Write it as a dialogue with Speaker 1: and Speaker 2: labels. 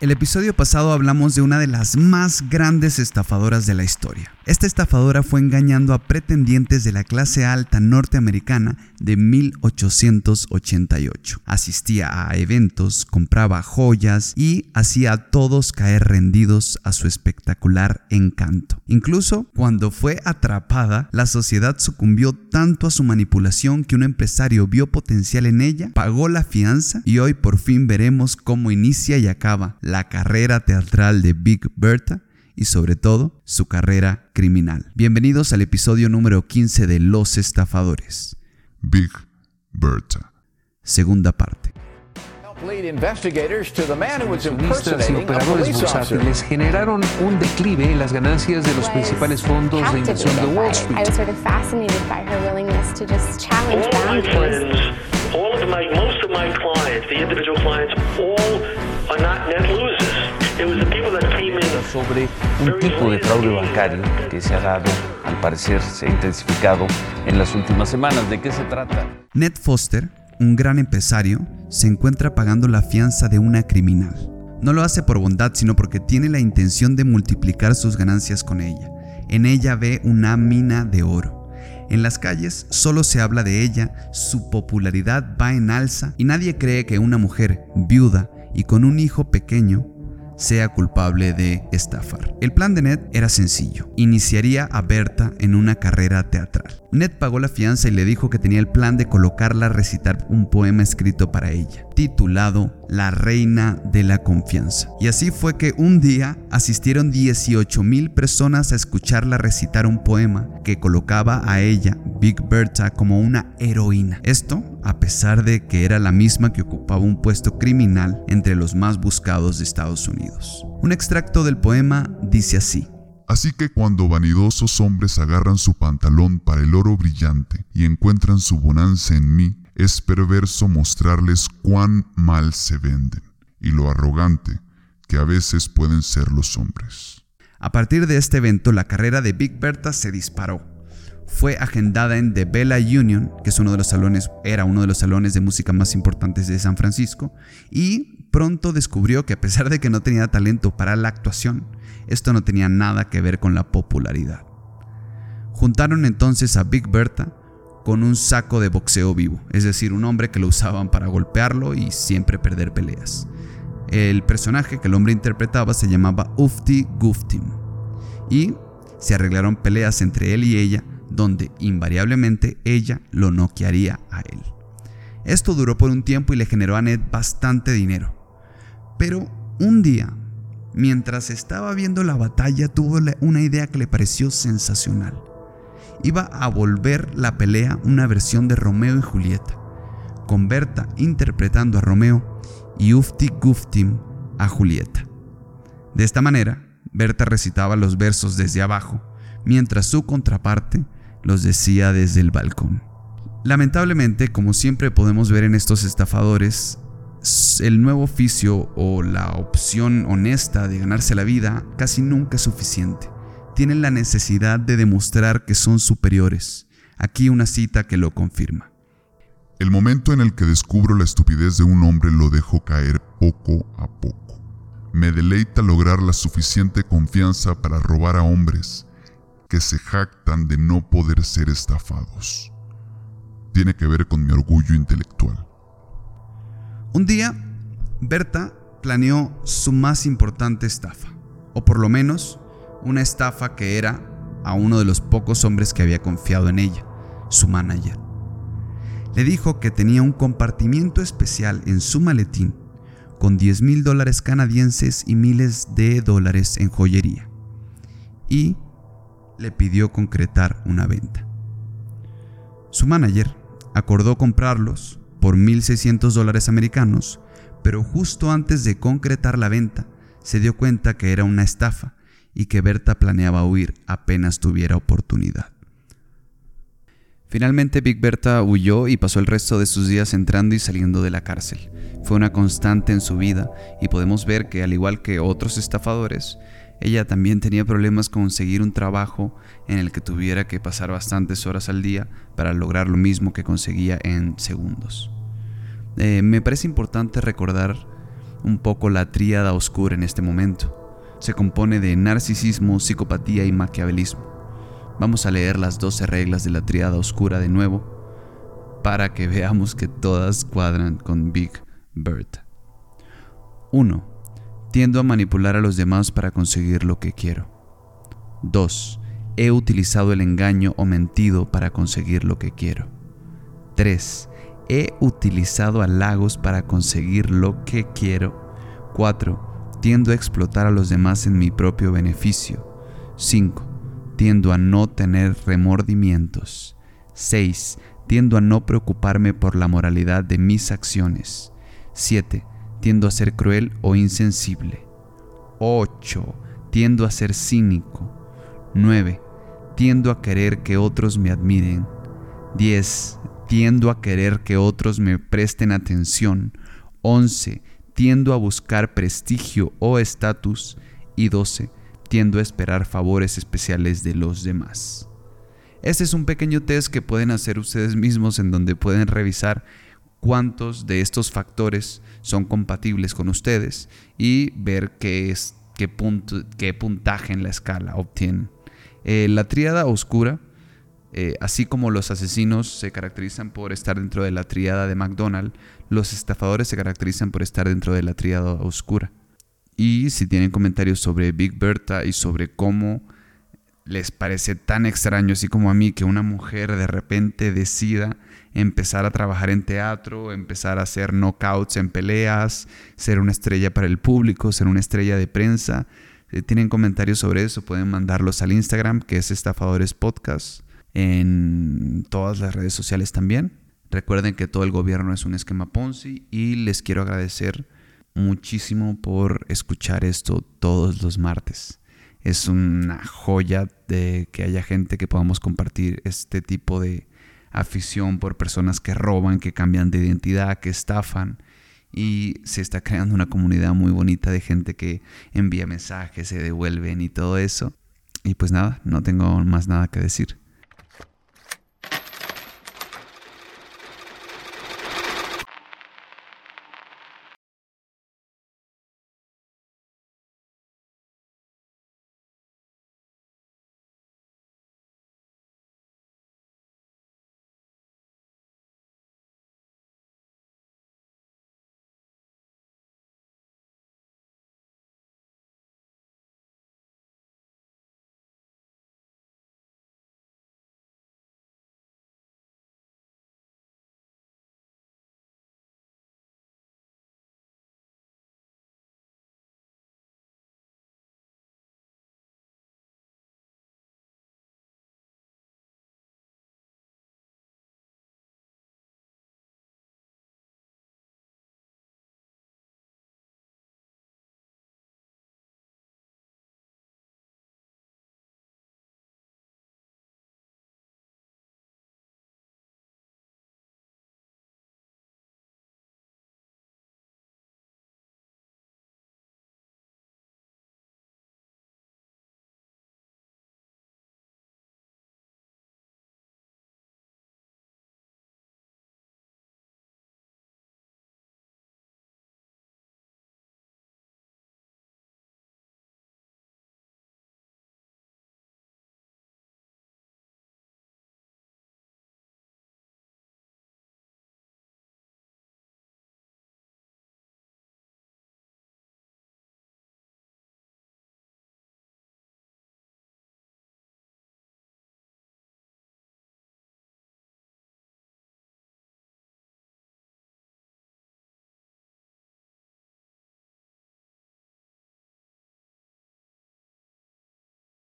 Speaker 1: El episodio pasado hablamos de una de las más grandes estafadoras de la historia. Esta estafadora fue engañando a pretendientes de la clase alta norteamericana de 1888. Asistía a eventos, compraba joyas y hacía a todos caer rendidos a su espectacular encanto. Incluso cuando fue atrapada, la sociedad sucumbió tanto a su manipulación que un empresario vio potencial en ella, pagó la fianza y hoy por fin veremos cómo inicia y acaba la carrera teatral de Big Bertha y sobre todo su carrera criminal. Bienvenidos al episodio número 15 de Los Estafadores,
Speaker 2: Big Bertha.
Speaker 1: segunda parte.
Speaker 3: lead investigators to the man who was
Speaker 4: Turistas y
Speaker 3: impersonating a
Speaker 4: operadores
Speaker 3: police officer. Pues,
Speaker 4: bursátiles generaron un declive en las ganancias de los principales fondos de inversión de Wall
Speaker 5: I was
Speaker 4: Street.
Speaker 5: sort of fascinated by her willingness to just challenge
Speaker 6: All my
Speaker 5: boundaries.
Speaker 6: friends, all of my, most of my clients, the individual clients, all are not net losers. It was the people that came in
Speaker 4: Sobre
Speaker 7: Un tipo de fraude bancario que se ha dado, al parecer se ha intensificado en las últimas semanas. ¿De qué se trata?
Speaker 1: Ned Foster, un gran empresario, se encuentra pagando la fianza de una criminal. No lo hace por bondad, sino porque tiene la intención de multiplicar sus ganancias con ella. En ella ve una mina de oro. En las calles solo se habla de ella, su popularidad va en alza y nadie cree que una mujer viuda y con un hijo pequeño sea culpable de estafar. El plan de Ned era sencillo. Iniciaría a Berta en una carrera teatral. Ned pagó la fianza y le dijo que tenía el plan de colocarla a recitar un poema escrito para ella, titulado La Reina de la Confianza. Y así fue que un día asistieron 18.000 personas a escucharla recitar un poema que colocaba a ella, Big Bertha, como una heroína. Esto a pesar de que era la misma que ocupaba un puesto criminal entre los más buscados de Estados Unidos. Un extracto del poema dice así.
Speaker 2: Así que cuando vanidosos hombres agarran su pantalón para el oro brillante y encuentran su bonanza en mí, es perverso mostrarles cuán mal se venden y lo arrogante que a veces pueden ser los hombres.
Speaker 1: A partir de este evento, la carrera de Big Bertha se disparó. Fue agendada en The Bella Union, que es uno de los salones, era uno de los salones de música más importantes de San Francisco, y pronto descubrió que a pesar de que no tenía talento para la actuación, esto no tenía nada que ver con la popularidad. Juntaron entonces a Big Bertha con un saco de boxeo vivo, es decir, un hombre que lo usaban para golpearlo y siempre perder peleas. El personaje que el hombre interpretaba se llamaba Ufti Guftim y se arreglaron peleas entre él y ella donde invariablemente ella lo noquearía a él. Esto duró por un tiempo y le generó a Ned bastante dinero. Pero un día, mientras estaba viendo la batalla, tuvo la- una idea que le pareció sensacional. Iba a volver la pelea una versión de Romeo y Julieta, con Berta interpretando a Romeo y Ufti Guftim a Julieta. De esta manera, Berta recitaba los versos desde abajo, mientras su contraparte los decía desde el balcón. Lamentablemente, como siempre podemos ver en estos estafadores, s- el nuevo oficio o la opción honesta de ganarse la vida casi nunca es suficiente. Tienen la necesidad de demostrar que son superiores. Aquí una cita que lo confirma.
Speaker 2: El momento en el que descubro la estupidez de un hombre lo dejo caer poco a poco. Me deleita lograr la suficiente confianza para robar a hombres que se jactan de no poder ser estafados. Tiene que ver con mi orgullo intelectual.
Speaker 1: Un día, Berta planeó su más importante estafa, o por lo menos una estafa que era a uno de los pocos hombres que había confiado en ella, su manager. Le dijo que tenía un compartimiento especial en su maletín con 10 mil dólares canadienses y miles de dólares en joyería, y le pidió concretar una venta. Su manager acordó comprarlos por 1.600 dólares americanos, pero justo antes de concretar la venta, se dio cuenta que era una estafa y que Berta planeaba huir apenas tuviera oportunidad. Finalmente Big Berta huyó y pasó el resto de sus días entrando y saliendo de la cárcel. Fue una constante en su vida y podemos ver que al igual que otros estafadores, ella también tenía problemas con conseguir un trabajo en el que tuviera que pasar bastantes horas al día para lograr lo mismo que conseguía en segundos. Eh, me parece importante recordar un poco la tríada oscura en este momento. Se compone de narcisismo, psicopatía y maquiavelismo. Vamos a leer las 12 reglas de la tríada oscura de nuevo para que veamos que todas cuadran con Big Bird. 1. Tiendo a manipular a los demás para conseguir lo que quiero. 2. He utilizado el engaño o mentido para conseguir lo que quiero. 3. He utilizado halagos para conseguir lo que quiero. 4. Tiendo a explotar a los demás en mi propio beneficio. 5. Tiendo a no tener remordimientos. 6. Tiendo a no preocuparme por la moralidad de mis acciones. 7. Tiendo a ser cruel o insensible. 8. Tiendo a ser cínico. 9. Tiendo a querer que otros me admiren. 10. Tiendo a querer que otros me presten atención. 11. Tiendo a buscar prestigio o estatus. Y 12. Tiendo a esperar favores especiales de los demás. Este es un pequeño test que pueden hacer ustedes mismos en donde pueden revisar cuántos de estos factores son compatibles con ustedes y ver qué, es, qué, punto, qué puntaje en la escala obtienen. Eh, la tríada oscura, eh, así como los asesinos se caracterizan por estar dentro de la tríada de McDonald, los estafadores se caracterizan por estar dentro de la tríada oscura. Y si tienen comentarios sobre Big Bertha y sobre cómo les parece tan extraño, así como a mí, que una mujer de repente decida empezar a trabajar en teatro, empezar a hacer knockouts en peleas, ser una estrella para el público, ser una estrella de prensa. Si tienen comentarios sobre eso, pueden mandarlos al Instagram, que es Estafadores Podcast, en todas las redes sociales también. Recuerden que todo el gobierno es un esquema Ponzi y les quiero agradecer muchísimo por escuchar esto todos los martes es una joya de que haya gente que podamos compartir este tipo de afición por personas que roban, que cambian de identidad, que estafan. Y se está creando una comunidad muy bonita de gente que envía mensajes, se devuelven y todo eso. Y pues nada, no tengo más nada que decir.